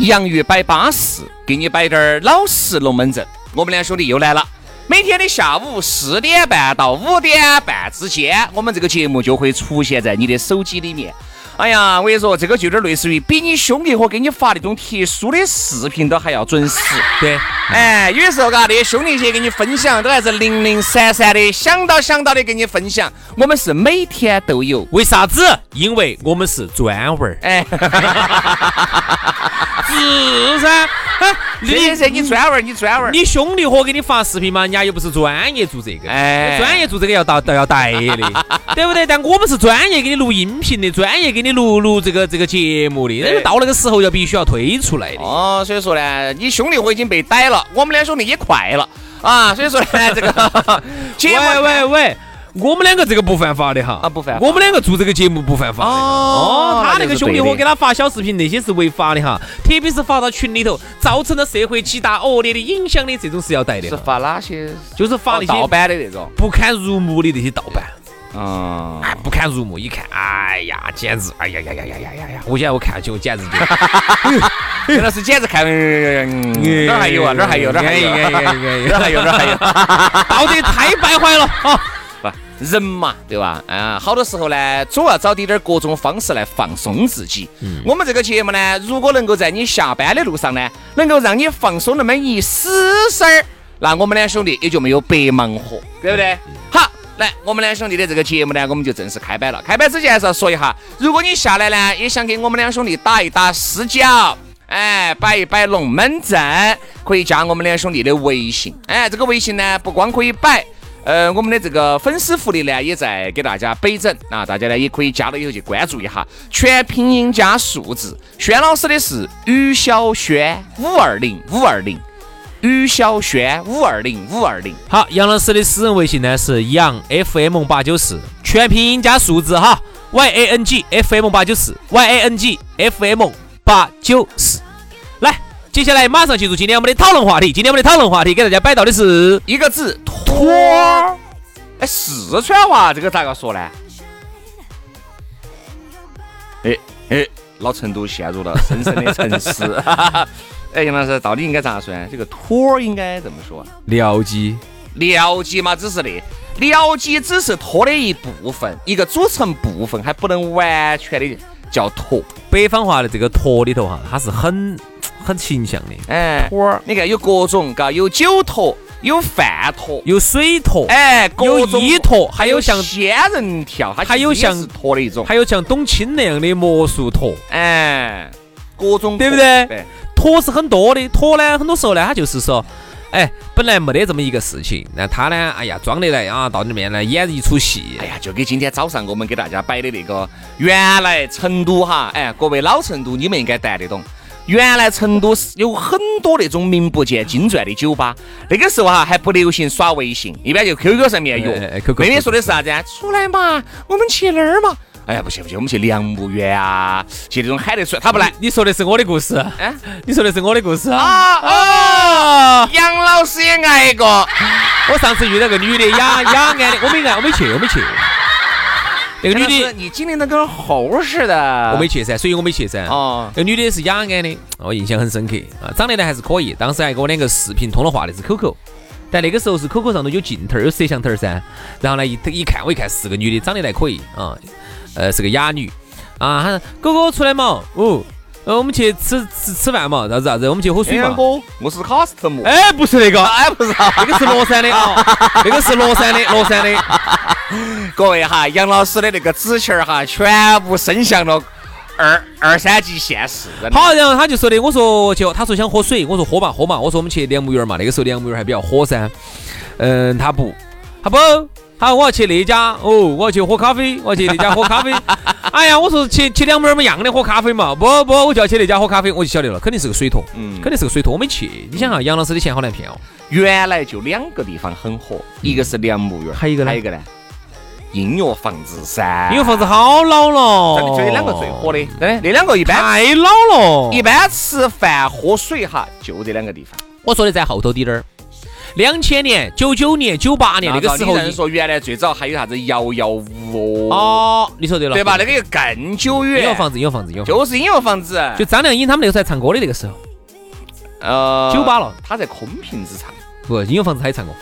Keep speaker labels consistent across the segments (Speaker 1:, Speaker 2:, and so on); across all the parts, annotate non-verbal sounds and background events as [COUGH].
Speaker 1: 洋芋摆巴适，给你摆点儿老实龙门阵。我们两兄弟又来了，每天的下午四点半到五点半之间，我们这个节目就会出现在你的手机里面。哎呀，我跟你说，这个就有点类似于比你兄弟伙给你发那种特殊的视频都还要准时。
Speaker 2: 对，
Speaker 1: 哎，有的时候嘎，那些兄弟些给你分享都还是零零散散的，想到想到的给你分享。我们是每天都有。
Speaker 2: 为啥子？因为我们是专文儿。
Speaker 1: 哎，
Speaker 3: 是噻，哎，
Speaker 1: [LAUGHS] 这也是你专文儿，你专文儿。
Speaker 3: 你兄弟伙给你发视频嘛，人家又不是专业做这个，
Speaker 1: 哎
Speaker 3: 专业做这个要到到要带
Speaker 1: [LAUGHS]
Speaker 3: 的，对不对？但我们是专业给你录音频的，专业给你录录这个这个节目的，那就到那个时候要必须要推出来的。
Speaker 1: 哦，所以说呢，你兄弟伙已经被逮了，我们两兄弟也快了啊。所以说呢，
Speaker 3: [LAUGHS]
Speaker 1: 这个节目
Speaker 3: 喂喂喂，我们两个这个不犯法的哈，
Speaker 1: 啊不犯法
Speaker 3: 我们两个做这个节目不犯法的。
Speaker 1: 哦
Speaker 3: 他那个兄弟伙给
Speaker 1: 他
Speaker 3: 他发小视频，那些是违法的哈，特别是发到群里头，造成了社会极大恶劣的影响的，这种是要逮的
Speaker 1: 是哦
Speaker 3: 哈，
Speaker 1: 发哪些
Speaker 3: 就是发那
Speaker 1: 盗
Speaker 3: 些
Speaker 1: 版的那种？
Speaker 3: 不堪入目的那些盗版。
Speaker 1: 嗯，
Speaker 3: 哎，不堪入目，一看，哎呀，简直，哎呀呀呀呀呀呀呀！我现在我看起，我简直就，
Speaker 1: 陈老师简直看，嗯哪儿还有啊？哪儿还有？哪儿还有啊？哪儿还有？哪儿还有？
Speaker 3: 到底太败坏了啊！
Speaker 1: 人嘛，对吧？啊，好多时候呢，总要找点点各种方式来放松自己。我们这个节目呢，如果能够在你下班的路上呢，能够让你放松那么一丝丝儿，那我们两兄弟也就没有白忙活，对不对？好。来，我们两兄弟的这个节目呢，我们就正式开摆了。开摆之前还是要说一下，如果你下来呢，也想给我们两兄弟打一打私交，哎，摆一摆龙门阵，可以加我们两兄弟的微信。哎，这个微信呢，不光可以摆，呃，我们的这个粉丝福利呢，也在给大家摆整啊，大家呢也可以加了以后去关注一下，全拼音加数字。轩老师的是于小轩五二零五二零，于小轩五二零五二零。
Speaker 3: [LAUGHS] 好，杨老师的私人微信呢是杨 FM 八九四，全拼音加数字哈，Y A N G F M 八九四，Y A N G F M 八九四。来，接下来马上进入今天我们的讨论话题。今天我们的讨论话题给大家摆到的是
Speaker 1: 一个字拖儿。哎，四川话这个咋个说呢？哎哎，老成都陷入了深深的沉思。 [LAUGHS] 哎，杨老师，到底应该咋说呢？这个拖儿应该怎么说啊？
Speaker 3: 僚机。
Speaker 1: 僚机嘛，只是的，僚机只是拖的一部分，一个组成部分，还不能完全的叫拖。
Speaker 3: 北方话的这个“坨”里头哈，它是很很形象的，
Speaker 1: 哎，拖儿，你看有各种，嘎，有酒托，有饭托，
Speaker 3: 有水坨，
Speaker 1: 哎，各
Speaker 3: 有
Speaker 1: 种
Speaker 3: 依托还有像
Speaker 1: 仙人跳，它
Speaker 3: 还有
Speaker 1: 其实也
Speaker 3: 像
Speaker 1: 是拖的一种。
Speaker 3: 还有像董卿那样的魔术坨。
Speaker 1: 哎，各种
Speaker 3: 对不对坨是很多的，坨呢，很多时候呢，它就是说，哎，本来没得这么一个事情，那他呢，哎呀，装的来啊，到里面来演一出戏
Speaker 1: 哎。呀，就跟今天早上我们给大家摆的那个，原来成都哈，哎，各位老成都，你们应该谈得懂。原来成都是有很多那种名不见经传的酒吧，那个时候哈还不流行耍微信，一般就 QQ 上面
Speaker 3: 哎哎哎
Speaker 1: 约。
Speaker 3: ，QQ
Speaker 1: 妹妹说的是啥子啊？出来嘛，我们去那儿嘛。哎呀，不行不行，我们去梁墓园啊，去那种喊得出来，他不来。
Speaker 3: 你说的是我的故事，啊
Speaker 1: 哎，
Speaker 3: 你说的是我的故事
Speaker 1: 啊
Speaker 3: 啊！
Speaker 4: 啊
Speaker 1: 哦，杨老师也挨过。
Speaker 3: 我上次遇到个女的，雅雅安的，我没来，我没去，我没去。那个
Speaker 1: [LAUGHS]
Speaker 3: 女
Speaker 1: 杨老师
Speaker 3: 的，
Speaker 1: 你经历的跟猴似的。
Speaker 3: 我没去噻，所以我没去噻。
Speaker 1: 哦
Speaker 3: 那个女的是雅安的，我印象很深刻啊，长得呢还是可以，当时还跟我两个视频通了话的是 QQ。但那个时候是 QQ 上头有镜头儿有摄像头儿噻，然后呢一一看我一看是个女的，长得还可以啊，呃是个哑女
Speaker 4: 啊，他说狗狗出来嘛，哦，呃，我们去吃吃吃饭嘛，啥子啥子，我们去喝水
Speaker 1: 哎
Speaker 4: 嘛。
Speaker 1: 哥，我是卡斯特摩，
Speaker 4: 哎，不是那个，
Speaker 1: 哎，不是啊，
Speaker 4: 那个是乐山的
Speaker 3: 哦
Speaker 4: 啊，那个是乐山的，乐山的。
Speaker 1: 各位哈，杨哎老师的那个纸钱儿哈，全部伸向了二二三级县市。真的
Speaker 4: 好，然后他就说的，我说就他说想喝水，我说喝嘛喝嘛，我说我们去梁木园嘛，那个时候梁木园还比较火噻。嗯，他不，他不，他说我要去那家，哦，我要去喝咖啡，我要去那家喝咖 [LAUGHS] 啡。哎呀，我说去去梁木园嘛一样的喝咖啡嘛，不不，我就要去那家喝咖啡，我就晓得了，肯定是个水桶，
Speaker 1: 嗯
Speaker 4: 肯定是个水桶，我没去。你想哈，杨老师的钱好难骗哦。
Speaker 1: 原来就两个地方很火，一个是梁木园，
Speaker 4: 嗯还有一个呢
Speaker 1: 还有一个呢，音乐房子噻。
Speaker 4: 因为房子哦好老了，
Speaker 1: 真的就那两个最火的，真的那两个一般
Speaker 4: 太老了。
Speaker 1: 一般吃饭喝水哈，就这两个地方。
Speaker 4: 我说的在后头滴点儿，两千年、九九年、九八年那个时
Speaker 1: 照
Speaker 4: 候
Speaker 1: 你这样说原来最早还有啥子摇摇屋哦，
Speaker 4: 哦，你说对了，
Speaker 1: 对吧？那个又更久
Speaker 4: 音乐
Speaker 1: 远，
Speaker 4: 房子，音乐房子，音乐房子
Speaker 1: 就是音乐房子，
Speaker 4: 就张靓颖他们那个时候还唱歌的那个时候，
Speaker 1: 呃
Speaker 4: 酒吧了，
Speaker 1: 他在空瓶子唱，
Speaker 4: 不，音乐房子他也唱过，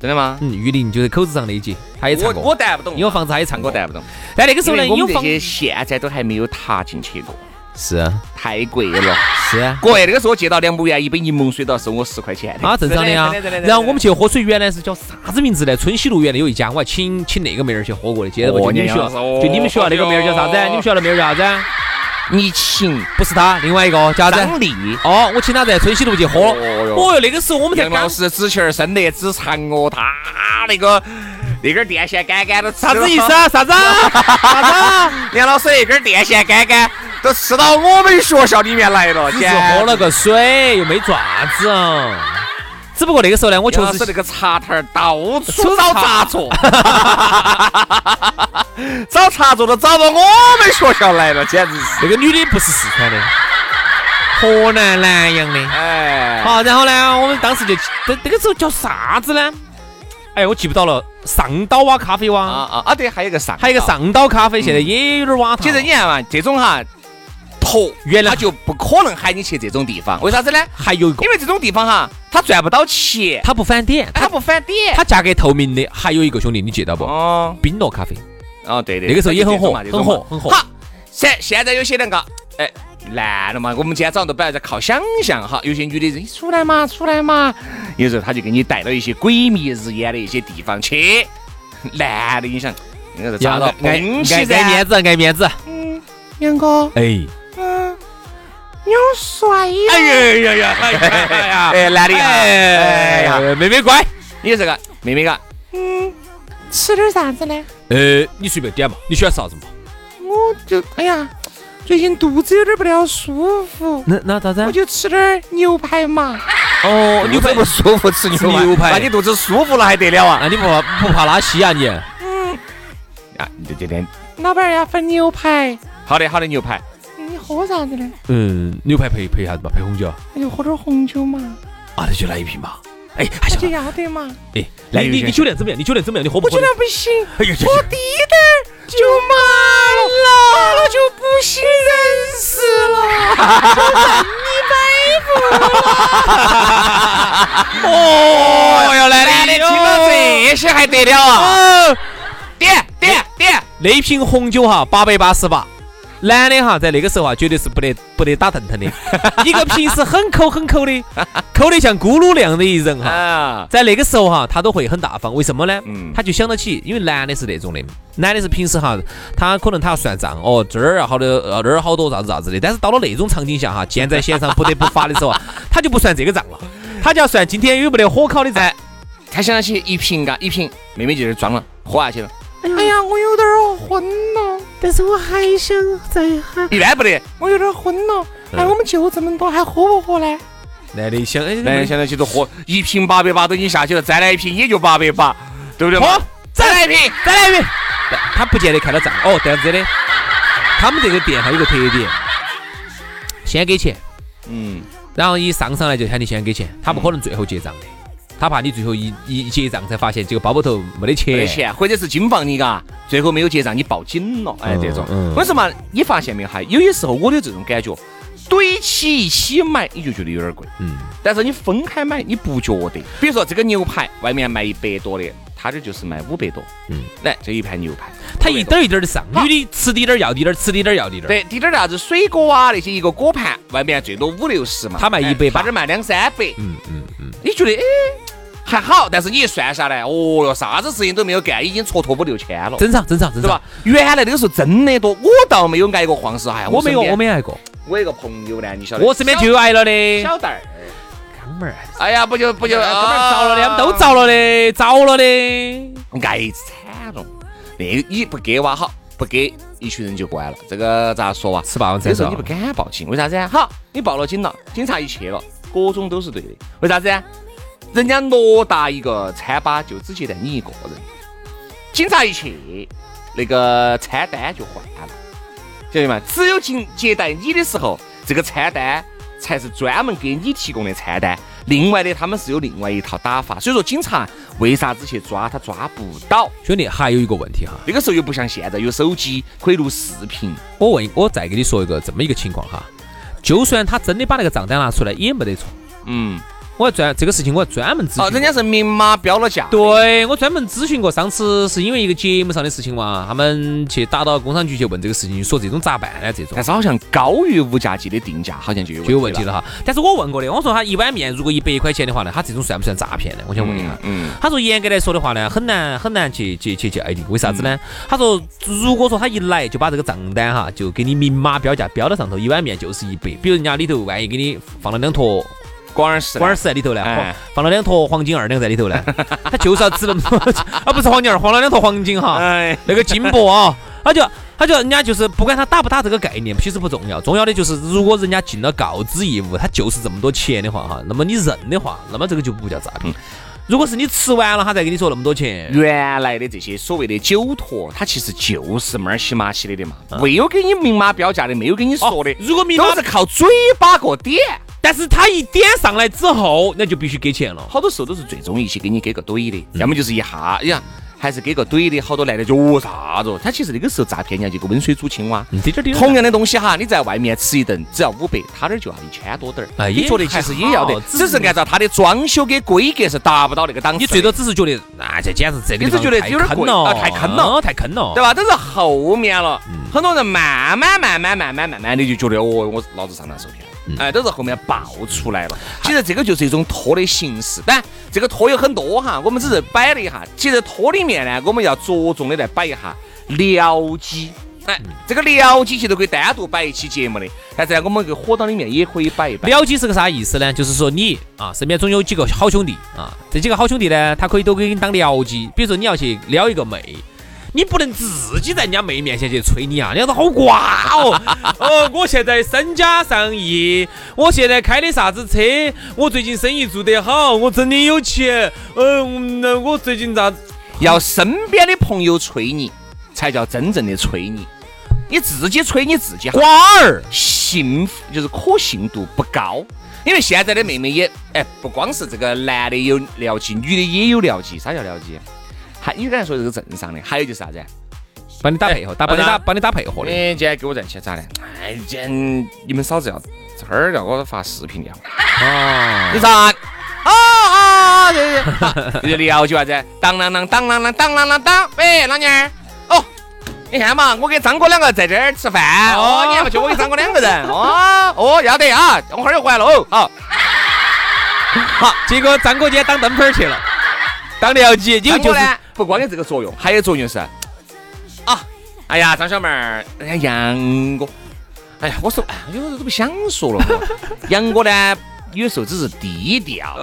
Speaker 1: 真的吗？
Speaker 4: 嗯，玉林就是口子上那一节，他也唱
Speaker 1: 我我
Speaker 4: 过，
Speaker 1: 带不懂，
Speaker 4: 音乐房子他也唱
Speaker 1: 我
Speaker 4: 过，
Speaker 1: 带不懂。
Speaker 4: 但那个时
Speaker 1: 因
Speaker 4: 候呢，
Speaker 1: 为
Speaker 4: 音
Speaker 1: 我
Speaker 4: 乐
Speaker 1: 们这
Speaker 4: 房
Speaker 1: 些现在都还没有踏进去过，
Speaker 4: 是啊
Speaker 1: 太贵了。
Speaker 4: 是啊。
Speaker 1: 各位，那个时候借到两亩园一杯柠檬水都要收我十块钱的
Speaker 4: 啊，正常的呀
Speaker 1: 真真。真
Speaker 4: 然后我们去喝水，原来是叫啥子名字呢？春熙路原来有一家，我还请请那个妹儿去喝过的。接着不就
Speaker 1: 哦
Speaker 4: 你们哦学
Speaker 1: 你要
Speaker 4: 校，
Speaker 1: 是哦
Speaker 4: 就你们学校那个妹儿叫啥子？
Speaker 1: 哎呦
Speaker 4: 你们学校那妹儿叫啥子？
Speaker 1: 你请
Speaker 4: 不是她，另外一个叫啥子
Speaker 1: 张？丽。
Speaker 4: 哦，我请他在春熙路去喝。
Speaker 1: 哦哟
Speaker 4: 哦哟，那个时候我们在
Speaker 1: 杨
Speaker 4: 刚
Speaker 1: 老师纸钱儿伸得之长哦，他那个那根电线杆杆都啥
Speaker 4: 啥子意思？ [LAUGHS] 啊？啥子啊？啥子啊？
Speaker 1: 杨老师那根电线杆杆都吃到我们学校里面来了，
Speaker 4: 只是喝了个水，又没爪子啊。只不过那个时候呢，我确
Speaker 1: 杨老师
Speaker 4: 实
Speaker 1: 那个茶摊儿到
Speaker 4: 处
Speaker 1: 处找
Speaker 4: 插
Speaker 1: 插座， [LAUGHS] 找插座都找到我们学校来了，简直是
Speaker 4: 那个女的不是四川的，河南南阳的。
Speaker 1: 哎。
Speaker 4: 好，然后呢，我们当时就那那个时候叫啥子呢？哎，我记不到了，上岛哇咖啡
Speaker 1: 啊
Speaker 4: 哇，
Speaker 1: 啊啊！对，还有一个上，
Speaker 4: 还有一个。上岛咖啡，现在也有点瓦
Speaker 1: 其
Speaker 4: 其
Speaker 1: 实
Speaker 4: 实
Speaker 1: 你看嘛，这种哈，坨
Speaker 4: 原来
Speaker 1: 他就不可能喊你去这种地方，为啥子呢？
Speaker 4: 还有一个
Speaker 1: 因，为这种地方哈，他赚不到钱，
Speaker 4: 它不返点，
Speaker 1: 他
Speaker 4: 它
Speaker 1: 不返点。
Speaker 4: 它价格透明的，还有一个兄弟，你记得不？
Speaker 1: 哦
Speaker 4: 冰乐咖啡。
Speaker 1: 哦，对对，
Speaker 4: 那个时候也很
Speaker 1: 这
Speaker 4: 火
Speaker 1: 种嘛这种
Speaker 4: 很火
Speaker 1: 嘛
Speaker 4: 很火
Speaker 1: 好，现现在有些那个，哎，烂了嘛。我们今天早上都本来在靠想象哈，有些女的你出来嘛，出来嘛，有时候他就给你带到一些鬼迷日眼的一些地方去。男的，你想，那个是咋
Speaker 4: 要
Speaker 1: 个
Speaker 4: 爱爱
Speaker 1: 东西
Speaker 4: 爱面
Speaker 1: 噻？
Speaker 4: 子，爱面子。
Speaker 5: 杨哥，
Speaker 4: 哎，
Speaker 5: 有帅呀！
Speaker 1: 哎呀呀呀！哎呀哎呀！哎，男的，哎呀，，
Speaker 4: 妹妹乖。
Speaker 1: 你这个妹妹嘎，
Speaker 5: 吃点啥子呢？
Speaker 4: 呃，你随便点嘛，你喜欢吃啥子嘛？
Speaker 5: 我就哎呀，最近肚子有点不了舒服，
Speaker 4: 那那啥子啊
Speaker 5: 我就吃点儿牛排嘛。
Speaker 4: 哦，
Speaker 1: 你
Speaker 4: 牛排
Speaker 1: 这不舒服吃牛排，
Speaker 4: 牛排
Speaker 1: 把你肚子舒服了还得了啊？
Speaker 4: 那你不怕不怕拉稀啊你？
Speaker 1: 啊，你这这点
Speaker 5: 老板儿要份牛排，
Speaker 1: 好的好的牛排，
Speaker 5: 你喝啥子呢？
Speaker 4: 嗯，牛排配配啥子嘛？配红酒啊？
Speaker 5: 那就喝点红酒嘛，
Speaker 4: 那就来一瓶嘛。哎，还
Speaker 5: 那就
Speaker 4: 行。
Speaker 5: 要得嘛。
Speaker 4: 哎，
Speaker 1: 来
Speaker 4: 你
Speaker 1: 一
Speaker 4: 你
Speaker 1: 瓶
Speaker 4: 你酒量怎么样？你酒量怎么样？你喝不
Speaker 5: 我
Speaker 4: 喝
Speaker 5: 觉
Speaker 4: 得
Speaker 5: 得？不行，
Speaker 4: 哎呀，
Speaker 5: 我滴点儿就麻了，麻了就不省人事了。
Speaker 1: 哦
Speaker 4: 哟来了
Speaker 1: 男的听
Speaker 4: 哟
Speaker 1: 到这些还得了啊？
Speaker 4: 哦，
Speaker 1: 点点点，
Speaker 4: 那一瓶红酒哈，八百八十八。男的哈，在那个时候啊，绝对是不得不得打腾 [LAUGHS] 腾的。一个平时很抠很抠的，抠得像咕噜那样的一人哈，
Speaker 1: 啊，
Speaker 4: 在那个时候哈，他都会很大方，为什么呢？
Speaker 1: 嗯
Speaker 4: 他就想得起，因为男的是那种的，男的是平时哈，他可能他要算账哦，这儿啊好的，呃那儿好多啥子啥子的，但是到了那种场景下哈，箭在弦上不得不发的时候啊，他就不算这个账了，他就要算今天有没得火烤的账。
Speaker 1: 他想起一瓶嘎一瓶，妹妹就是装了，喝下去了。
Speaker 5: 哎呀，我有点儿昏了，但是我还想再喝。
Speaker 1: 一般不得，
Speaker 5: 我有点昏了。哎，我们就这么多，还喝不喝呢？
Speaker 4: 男的想，哎，
Speaker 1: 男人现在去都喝一瓶八百八都已经下去了，再来一瓶也就八百八，对不对嘛
Speaker 4: 喝？
Speaker 1: 再来一瓶，
Speaker 4: 再来一遍，他不见得看到账哦，但是真的，他们这个店还有个特点，先给钱，
Speaker 1: 嗯，
Speaker 4: 然后一上上来就喊你先给钱，他不可能最后结账的，他怕你最后一一结账才发现这个包包头没得
Speaker 1: 没
Speaker 4: 钱。
Speaker 1: 钱，啊或者是金房你嘎，最后没有结账你报警了，哎，这种
Speaker 4: 嗯嗯。
Speaker 1: 为什么你发现没有哈？有些时候我的这种感觉，堆起一起买你就觉得有点贵。
Speaker 4: 嗯，
Speaker 1: 但是你分开买，你不觉得？比如说这个牛排外面卖一百多的，他这就是卖五百多。嗯，来这一盘牛排，
Speaker 4: 它一点一点的上，女的吃滴点儿要滴点儿，吃滴点儿要滴点儿。
Speaker 1: 对，滴点儿啥子水果啊那些，一个果盘外面最多五六十嘛，
Speaker 4: 他卖
Speaker 1: 哎
Speaker 4: 180
Speaker 1: 他这卖两三百。嗯嗯嗯，你觉得哎还好，但是你一算下来，哦哟，啥子事情都没有干，已经蹉跎五六千了。
Speaker 4: 正常正常正
Speaker 1: 对
Speaker 4: 常
Speaker 1: 吧。？原来那个时候真的多，我倒没有挨过黄石。哎呀，
Speaker 4: 我没有，
Speaker 1: 身边
Speaker 4: 我没挨过，
Speaker 1: 我有个朋友呢，你晓得，
Speaker 4: 我身边就有挨了的。
Speaker 1: 小蛋儿，
Speaker 4: 哥们儿，
Speaker 1: 哎呀，不就不就
Speaker 4: 哥们儿
Speaker 1: 啊
Speaker 4: 遭了的，我们都遭了的，遭了的。
Speaker 1: 挨惨了。那个你不给娃好，不给一群人就关了。这个咋说哇？
Speaker 4: 吃霸王
Speaker 1: 这时
Speaker 4: 餐是
Speaker 1: 候
Speaker 4: 吧
Speaker 1: 你不？敢报警，为啥子啊？好，你报了警了，警察一去了，各种都是对的。为啥子啊？人家偌大一个餐吧，就只接待你一个人。警察一去，那个餐单就换了，晓得吗？只有进接待你的时候，这个餐单才是专门给你提供的餐单。另外的，他们是有另外一套打法。所以说，警察为啥子去抓他抓不到？
Speaker 4: 兄弟，还有一个问题哈，
Speaker 1: 那个时候又不像现在有手机可以录视频，
Speaker 4: 我问，我再给你说一个这么一个情况哈，就算他真的把那个账单拿出来，也没得错。
Speaker 1: 嗯。
Speaker 4: 我要专这个事情，我要专门咨询。
Speaker 1: 哦，人家是明码标了价。，
Speaker 4: 对我专门咨询过，上次是因为一个节目上的事情嘛，他们去打到工商局去问这个事情，说这种咋办呢？这种
Speaker 1: 但是好像高于无价记的定价好像就有
Speaker 4: 就有问题
Speaker 1: 题
Speaker 4: 了。哈。但是我问过的，我说他一碗面如果一百块钱的话呢，他这种算不算诈骗呢？我想问一下。
Speaker 1: 嗯，
Speaker 4: 他说严格来说的话呢，很难很难去去去界定，为啥子呢？他说如果说他一来就把这个账单哈，就给你明码标价标到上头，一碗面就是一百，比如人家里头万一给你放了两坨
Speaker 1: 广而是
Speaker 4: 瓜嗯儿丝在里头呢，
Speaker 1: 哎
Speaker 4: 放放了两坨黄金二两在里头呢，他就是要只能 [LAUGHS] 啊不是黄金二，放了两坨黄金哈，
Speaker 1: 哎，
Speaker 4: 那个金箔啊， [LAUGHS] 他就他就人家就是不管他打不打这个概念，其实不重要，重要的就是如果人家尽了告知义务，他就是这么多钱的话哈，那么你认的话，那么这个就不叫诈骗。
Speaker 1: 嗯
Speaker 4: 如果是你吃完了，他再给你说那么多钱，
Speaker 1: 原来的这些所谓的酒托，它其实就是猫儿洗马洗的的嘛，没有给你明码标价的，没有给你说的
Speaker 4: 嗯哦，如果明码
Speaker 1: 都是靠嘴巴过点。
Speaker 4: 但是他一点上来之后，那就必须给钱了。
Speaker 1: 好多时候都是最终一起给你给个怼的，
Speaker 4: 嗯
Speaker 1: 要么就是一下，哎呀，还是给个怼的。好多男的就哦啥子哦，他其实那个时候诈骗人家就跟温水煮青蛙。
Speaker 4: 嗯这点儿点儿
Speaker 1: 同样的东西哈，你在外面吃一顿只要五百，他这儿就要一千多点
Speaker 4: 哎
Speaker 1: 儿。你
Speaker 4: 也
Speaker 1: 觉得其
Speaker 4: 还
Speaker 1: 实也要
Speaker 4: 好
Speaker 1: 得，
Speaker 4: 只
Speaker 1: 只是
Speaker 4: 是
Speaker 1: 按照他的装修跟规格是达不到那个档次的。
Speaker 4: 你最多只是觉得，那这简直这个地方
Speaker 1: 你只觉得
Speaker 4: 太
Speaker 1: 有点
Speaker 4: 坑
Speaker 1: 贵
Speaker 4: 了，
Speaker 1: 啊太坑了
Speaker 4: 啊太坑了，
Speaker 1: 对吧？都是后面了，很多人慢慢慢慢慢慢慢慢的就觉得哦，我老子上当受骗了，哎，都是后面爆出来了。其实这个就是一种托的形式，但这个托有很多哈，我们只是摆了一下。其实托里面呢，我们要着重的来摆一下僚机。哎，这个僚机其实可以单独摆一期节目的，但是呢，我们这个火到里面也可以摆一摆。
Speaker 4: 了解是个啥意思呢？就是说你啊，身边总有几个好兄弟啊，这几个好兄弟呢，他可以都可以给你当僚机。比如说你要去撩一个妹，你不能自己在人家妹面前去吹你啊，人家说好瓜哦，哦，我现在身家上亿，我现在开的啥子车，我最近生意做得好，我真的有钱，嗯，那我最近咋子？
Speaker 1: 要身边的朋友吹你，才叫真正的吹你。你自己吹你自己好。
Speaker 4: 瓜儿，
Speaker 1: 信就是可信度不高。因为现在的妹妹也，哎，不光是这个男的有撩机，女的也有撩机。啥叫撩机？还你刚才说这个正常的，还有就是啥子？
Speaker 4: 帮你打配合，打帮你打帮你打配合
Speaker 1: 我
Speaker 4: 的
Speaker 1: 的，。今天给我站起来咋的？哎，今天你们嫂子要这儿要给我发视频的要。啊，你咋？啊啊，对对，你撩起啥子？当啷啷当啷啷当啷啷当，喂，老娘儿，哦。你看嘛，我跟张哥两个在这儿吃饭，哦，你还不就我跟张哥两个人，哦哦，要得啊，我会儿就回来了哦，好。
Speaker 4: 结果张哥今天当灯泡儿去了，当僚机，因为
Speaker 1: 张
Speaker 4: 就
Speaker 1: 哥
Speaker 4: 是
Speaker 1: 呢，不光有这个作用，还有作用是啊，哎呀，张小妹儿，哎人家杨哥，哎呀，我说，哎，有时候都不想说 [LAUGHS] 了。我杨哥呢，有时候只是低调。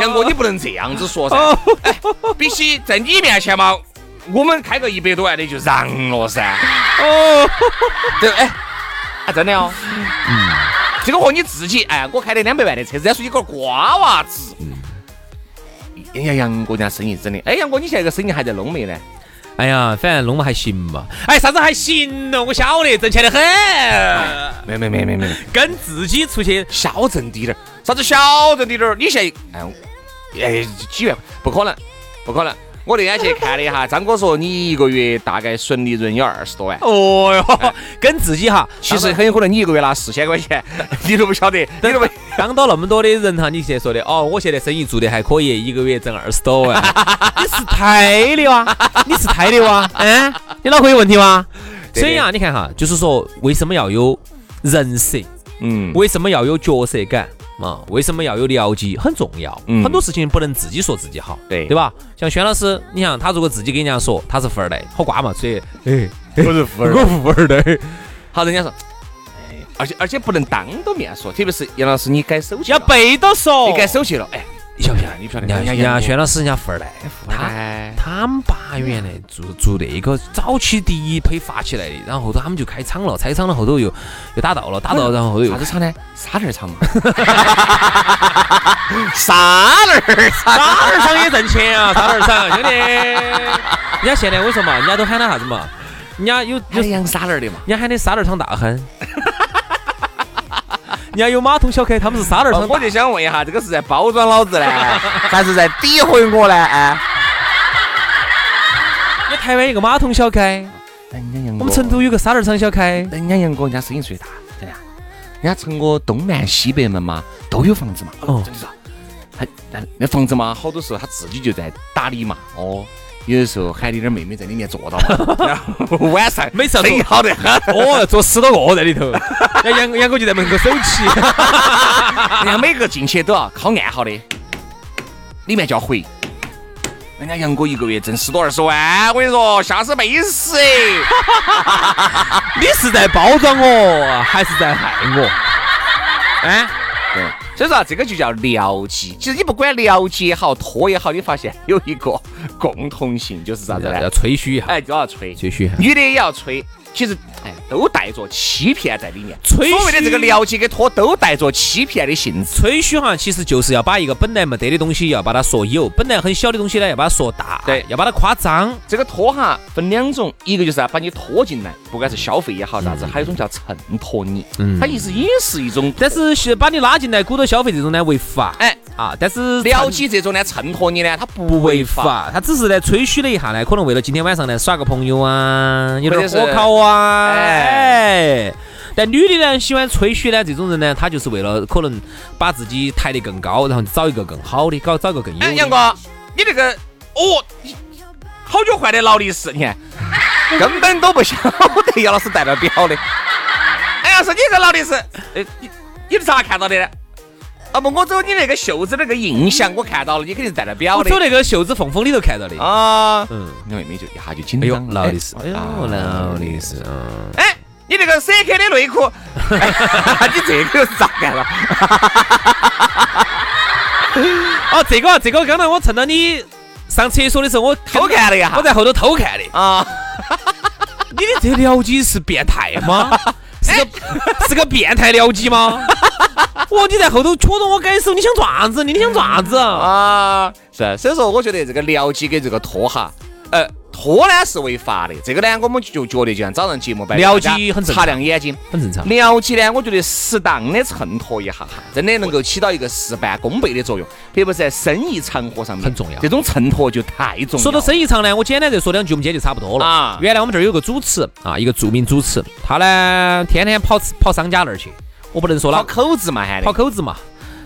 Speaker 1: 杨哥，你不能这样子说噻，哎，必须在你面前嘛，我们开个一百多万的就让了噻。哦，对，哎，啊，真的哦，嗯，这个和你自己，哎，我开的两百万的车子，人家说你个瓜娃子。人家哎杨哥人家生意真的，哎，杨哥，你现在这个生意还在弄没呢？
Speaker 4: 哎呀，反正弄嘛还行嘛。哎，啥子还行咯？我晓得，挣钱得很，
Speaker 1: 没没没没没，
Speaker 4: 跟自己出去。
Speaker 1: 小挣滴点儿，啥子小挣滴点儿？你现在哎，哎，几万不可能，不可能。我那天去看了一下，张哥说你一个月大概纯利润有二十多万。
Speaker 4: 哦哟，跟自己哈，
Speaker 1: 其实很有可能你一个月拿四千块 [LAUGHS] 钱，你都不晓得，你都 [LAUGHS] 不
Speaker 4: 当到那么多的人哈，你现在说的哦，我现在生意做得还可以，一个月挣二十多 [LAUGHS] 万，你是抬的哇？你是抬的 [LAUGHS] 哇？嗯，你脑壳有问题吗？
Speaker 1: 对的
Speaker 4: 所以啊，你看哈，就是说为什么要有人设，
Speaker 1: 嗯
Speaker 4: 为什么要有角色感啊？为什么要有了解？很重要，
Speaker 1: 嗯
Speaker 4: 很多事情不能自己说自己好，
Speaker 1: 对
Speaker 4: 对吧？像轩老师，你想他如果自己跟人家说他是富二代，好瓜嘛，所以
Speaker 1: 不是富二代
Speaker 4: 我富二代，
Speaker 1: 好，人家说，哎，而且而且不能当着面说，特别是杨老师，你改手机
Speaker 4: [LAUGHS] 要
Speaker 1: 了，
Speaker 4: 背着说，
Speaker 1: 你改手机了，哎，
Speaker 4: 你晓不晓得？
Speaker 1: 你不晓得
Speaker 4: 人家人家轩老师人家富二代，他
Speaker 1: 哎，
Speaker 4: 他们八元来做做那个早期第一批发起来的，然后头他们就开厂了，开厂了后头又又打道了，打道然后后头又
Speaker 1: 啥子厂呢？沙粒儿 [LAUGHS] 厂嘛。沙粒儿厂，
Speaker 4: 沙二厂也挣钱啊，沙二厂兄弟，人家现在我跟你说嘛，人家都喊他啥子嘛，人家有有
Speaker 1: 就是养沙粒儿的嘛。
Speaker 4: 人家喊的沙二厂大亨， [LAUGHS] 人家有马桶小开，他们是沙二厂
Speaker 1: 哦我
Speaker 4: 大。
Speaker 1: 就想问一下，这个是在包装老子呢，还是在诋毁我呢？哎，
Speaker 4: 你台湾有个马桶小开，
Speaker 1: [LAUGHS] 人家杨
Speaker 4: 我们成都有个沙二厂小开，
Speaker 1: 人家杨哥，人家生意最大，真的。人家成都东南西北门嘛，都有房子嘛。
Speaker 4: 哦
Speaker 1: 哦，真的是啊。他那那房子嘛，好多时候他自己就在打理嘛。哦，有的时候喊你点妹妹在里面坐到嘛，然后 [LAUGHS] 晚上
Speaker 4: 没事
Speaker 1: 生意好得很。
Speaker 4: 哦，坐十多个在里头， [LAUGHS] 人家杨杨哥就在门口守
Speaker 1: [LAUGHS]
Speaker 4: 起。
Speaker 1: 人家每个进去都要靠暗号的，里面叫回。人家杨哥一个月挣十多二十万，我跟你说，吓死妹
Speaker 4: [LAUGHS]
Speaker 1: 死！
Speaker 4: [LAUGHS] 你是在包装我，还是在害我？哎，
Speaker 1: 对，所以说啊，这个就叫了解。其实你不管了解也好，拖也好，你发现有一个共同性，就是啥子呢？
Speaker 4: 吹嘘一下，
Speaker 1: 哎，都要吹，
Speaker 4: 吹嘘一下。
Speaker 1: 女的也要吹。其实，哎，都带着欺骗在里面。
Speaker 4: 吹嘘
Speaker 1: 所谓的这个了解跟拖，都带着欺骗的性质。
Speaker 4: 吹嘘哈，其实就是要把一个本来没得的东西，要把它说有；本来很小的东西呢，要把它说大，
Speaker 1: 对
Speaker 4: 要把它夸张。
Speaker 1: 这个拖哈分两种，一个就是啊把你拖进来，不管是消费也好啥子，还有一种叫衬托你，它其实也是一种。
Speaker 4: 但是是把你拉进来鼓捣消费这种呢违法，
Speaker 1: 哎，
Speaker 4: 啊，但是
Speaker 1: 了解这种呢，衬托你呢，它
Speaker 4: 不
Speaker 1: 不
Speaker 4: 违
Speaker 1: 违法。
Speaker 4: 法，他只是呢吹嘘了一下呢，可能为了今天晚上呢耍个朋友啊，有
Speaker 1: 或
Speaker 4: 点
Speaker 1: 者是
Speaker 4: 火烤啊，
Speaker 1: 哎
Speaker 4: 哎。但女的呢，喜欢吹嘘呢，这种人呢，她就是为了可能把自己抬得更高，然后找一个更好的，搞找一个更
Speaker 1: 哎，
Speaker 4: 有
Speaker 1: 杨
Speaker 4: 的。
Speaker 1: 哥，你这个哦，你好久换的劳力士，你看，根本都不晓得杨老师戴了表的。哎呀，是你这劳力士，哎，你你是咋看到的呢？啊不，我走你那个袖子那个印象，我看到了，你肯定是戴了表
Speaker 4: 我
Speaker 1: 的
Speaker 4: 走。那个袖子缝缝里头看到的。
Speaker 1: 啊，
Speaker 4: 嗯，
Speaker 1: 你妹妹就一下就紧
Speaker 4: 哎呦
Speaker 1: 张，了。
Speaker 4: 劳力士，哎呦
Speaker 1: 啊
Speaker 4: 劳力士，嗯
Speaker 1: 哎，你这个 CK 的内裤， [LAUGHS] 你这个又是咋干了？
Speaker 4: 哦，这个这个，刚才我趁到你上厕所的时候，我
Speaker 1: 偷看了一
Speaker 4: 我
Speaker 1: 下
Speaker 4: 在后头偷看的。
Speaker 1: 啊！
Speaker 4: 你的这了解是变态吗？是
Speaker 1: 哎
Speaker 4: 个是个变态了解吗？哇，你在后头戳着我改手，你想爪子？你想爪子？
Speaker 1: 啊，是啊，所以说我觉得这个了解跟这个拖哈，呃，拖呢是违法的，这个呢我们就觉得就像早上节目摆的
Speaker 4: 了
Speaker 1: 大家
Speaker 4: 解很正
Speaker 1: 擦
Speaker 4: 常
Speaker 1: 亮眼睛。
Speaker 4: 很正常。
Speaker 1: 了解呢，我觉得适当的衬托一下哈，真的能够起到一个事半功倍的作用，特别是在生意场合上面
Speaker 4: 很重要
Speaker 1: 这种衬托就太重要了。
Speaker 4: 说到生意场呢，我简单再说两句，我们今天就差不多了。
Speaker 1: 啊
Speaker 4: 原来我们这儿有个主持啊，一个著名主持，他呢天天跑跑商家那儿去，我不能说
Speaker 1: 跑
Speaker 4: 哪个
Speaker 1: 口子嘛，还得
Speaker 4: 跑口子嘛。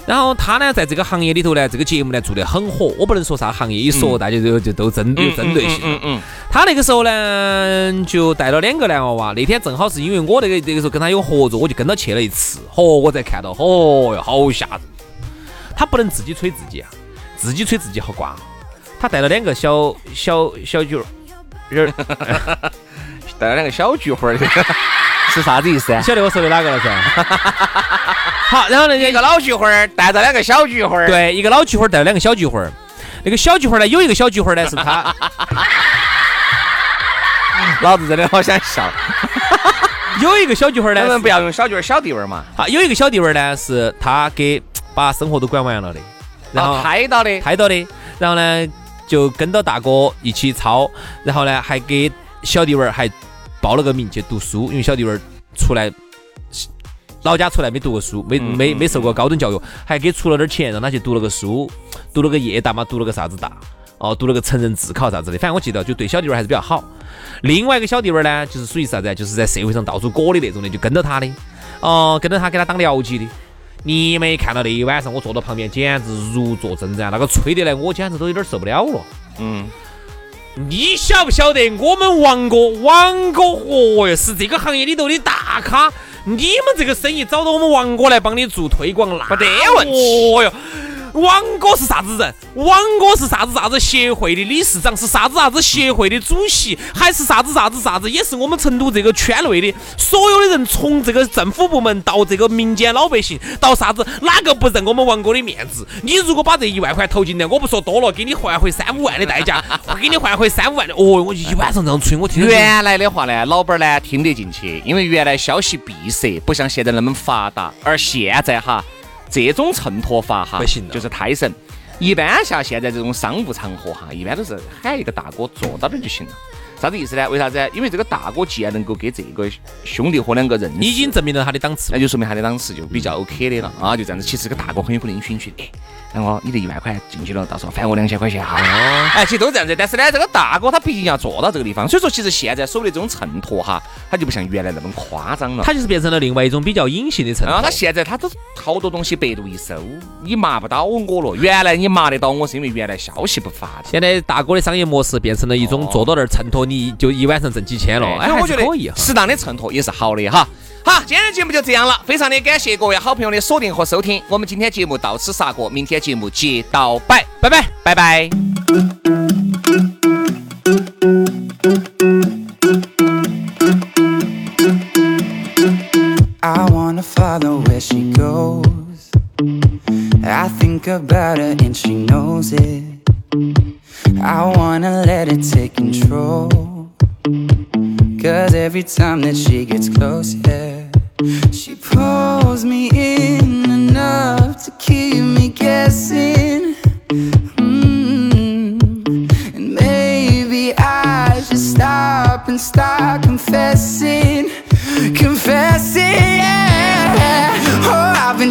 Speaker 4: 然后他呢，在这个行业里头呢，这个节目呢做得很火，我不能说啥行业，一说大家就就都针有针对性。
Speaker 1: 嗯嗯嗯
Speaker 4: 他那个时候呢，就带了两个男娃娃。那天正好是因为我那个那个时候跟他有合作，我就跟他去了一次。嚯、我才看到，嚯、哟，好吓人！他不能自己吹自己啊，自己吹自己好瓜。他带了两个小小
Speaker 1: [LAUGHS]
Speaker 4: 小角儿，
Speaker 1: 嗯带了两个小菊花儿的， [LAUGHS] 是啥子意思啊？
Speaker 4: 晓得我说的哪个了噻？ [LAUGHS] 好，然后呢，
Speaker 1: 一个老菊花儿带着两个小菊花儿，
Speaker 4: 对，一个老菊花儿带了两个小菊花儿。那个小菊花儿呢，有一个小菊花儿呢是他，
Speaker 1: 老子真的好想 [LAUGHS] 笑。
Speaker 4: 有一个小菊花儿
Speaker 1: 能不
Speaker 4: 呢
Speaker 1: 能
Speaker 4: 是
Speaker 1: 不要用小菊儿、小弟儿 [LAUGHS] 嘛？
Speaker 4: 啊，有一个小弟娃儿呢是他给把生活都管完了的，然后
Speaker 1: 啊，拍到的，
Speaker 4: 拍到的，然后呢就跟到大哥一起抄，然后呢还给小弟娃儿还报了个名去读书，因为小弟娃儿出来老家出来没读过书，没
Speaker 1: 嗯
Speaker 4: 没
Speaker 1: 嗯
Speaker 4: 没受过高等教育，还给出了点钱让他去读了个书，读了个夜大嘛，读了个啥子大。哦，读了个成人自考啥子的，反正我记得就对小弟娃儿还是比较好。另外一个小弟娃儿呢，就是属于啥子啊？就是在社会上到处裹的那种的，就跟着他的，哦、跟着他给他当僚机的。你没看到那一晚上，我坐到旁边简直如坐针毡，那个吹得来，我简直都有点受不了了。
Speaker 1: 嗯，
Speaker 4: 你晓不晓得我们王哥，王哥，哦哟，是这个行业里头的大咖。你们这个生意找到我们王哥来帮你做推广，那
Speaker 1: 没得问题
Speaker 4: 哦哟，王哥是啥子人？王哥是啥子啥子协会的理事长，是啥子啥子协会的主席，还是啥子啥子啥子？也是我们成都这个圈内的所有的人，从这个政府部门到这个民间老百姓，到啥子哪个不认我们王哥的面子？你如果把这一万块投进来，我不说多了，给你换回三五万的代价，我给你换回三五万的。哦哟，我一晚上这样吹，哦
Speaker 1: [LAUGHS]
Speaker 4: 我听着
Speaker 1: 原来的话呢，老板呢听得进去，因为原来消息闭塞，不像现在那么发达。而现在哈，这种衬托法哈，
Speaker 4: 不行了
Speaker 1: 就是胎神。一般像现在这种商务场合哈，一般都是喊一个大哥坐到那儿就行了。啥子意思呢？为啥子？因为这个大哥既然能够给这个兄弟伙两个认识，
Speaker 4: 已经证明了他的档次
Speaker 1: 那。就说明他的档次就比较 OK 的了啊，就这样子。其实这个大哥很有可能允许你，哎，然后你这一万块进去了，到时候返我两千块钱哈。哎，其实都这样子，但是呢，这个大哥他毕竟要做到这个地方，所以说其实现在所谓的这种衬托哈，他就不像原来那么夸张了。
Speaker 4: 他就是变成了另外一种比较隐性的衬
Speaker 1: 然后
Speaker 4: 托
Speaker 1: 他。现在他都好多东西百度一搜，你麻不到我了。原来你麻得到我是因为原来消息不发达。
Speaker 4: 现在大哥的商业模式变成了一种坐到那儿衬托你，就一晚上挣几千了，
Speaker 1: 哦哎所
Speaker 4: 哎，
Speaker 1: 以
Speaker 4: 还
Speaker 1: 我
Speaker 4: 是
Speaker 1: 觉
Speaker 4: 可以
Speaker 1: 得
Speaker 4: 哈。
Speaker 1: 适当的衬托也是好的哈。好，今天的节目就这样了，非常的感谢各位好朋友的锁定和收听，我们今天节目到此杀过，明天节目接到摆，拜拜，拜拜。
Speaker 6: I wanna follow where she goes. I think about her and she knows it. I wanna let it take control. Cause every time that she gets close, yeah, she pulls me in enough to keep me guessing. Mm. And maybe I should stop and start confessing, confessing. Yeah. Oh, I've been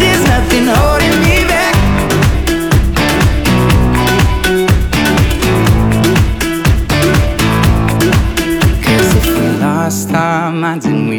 Speaker 6: There's nothing holding me back. Cause if we lost our minds and we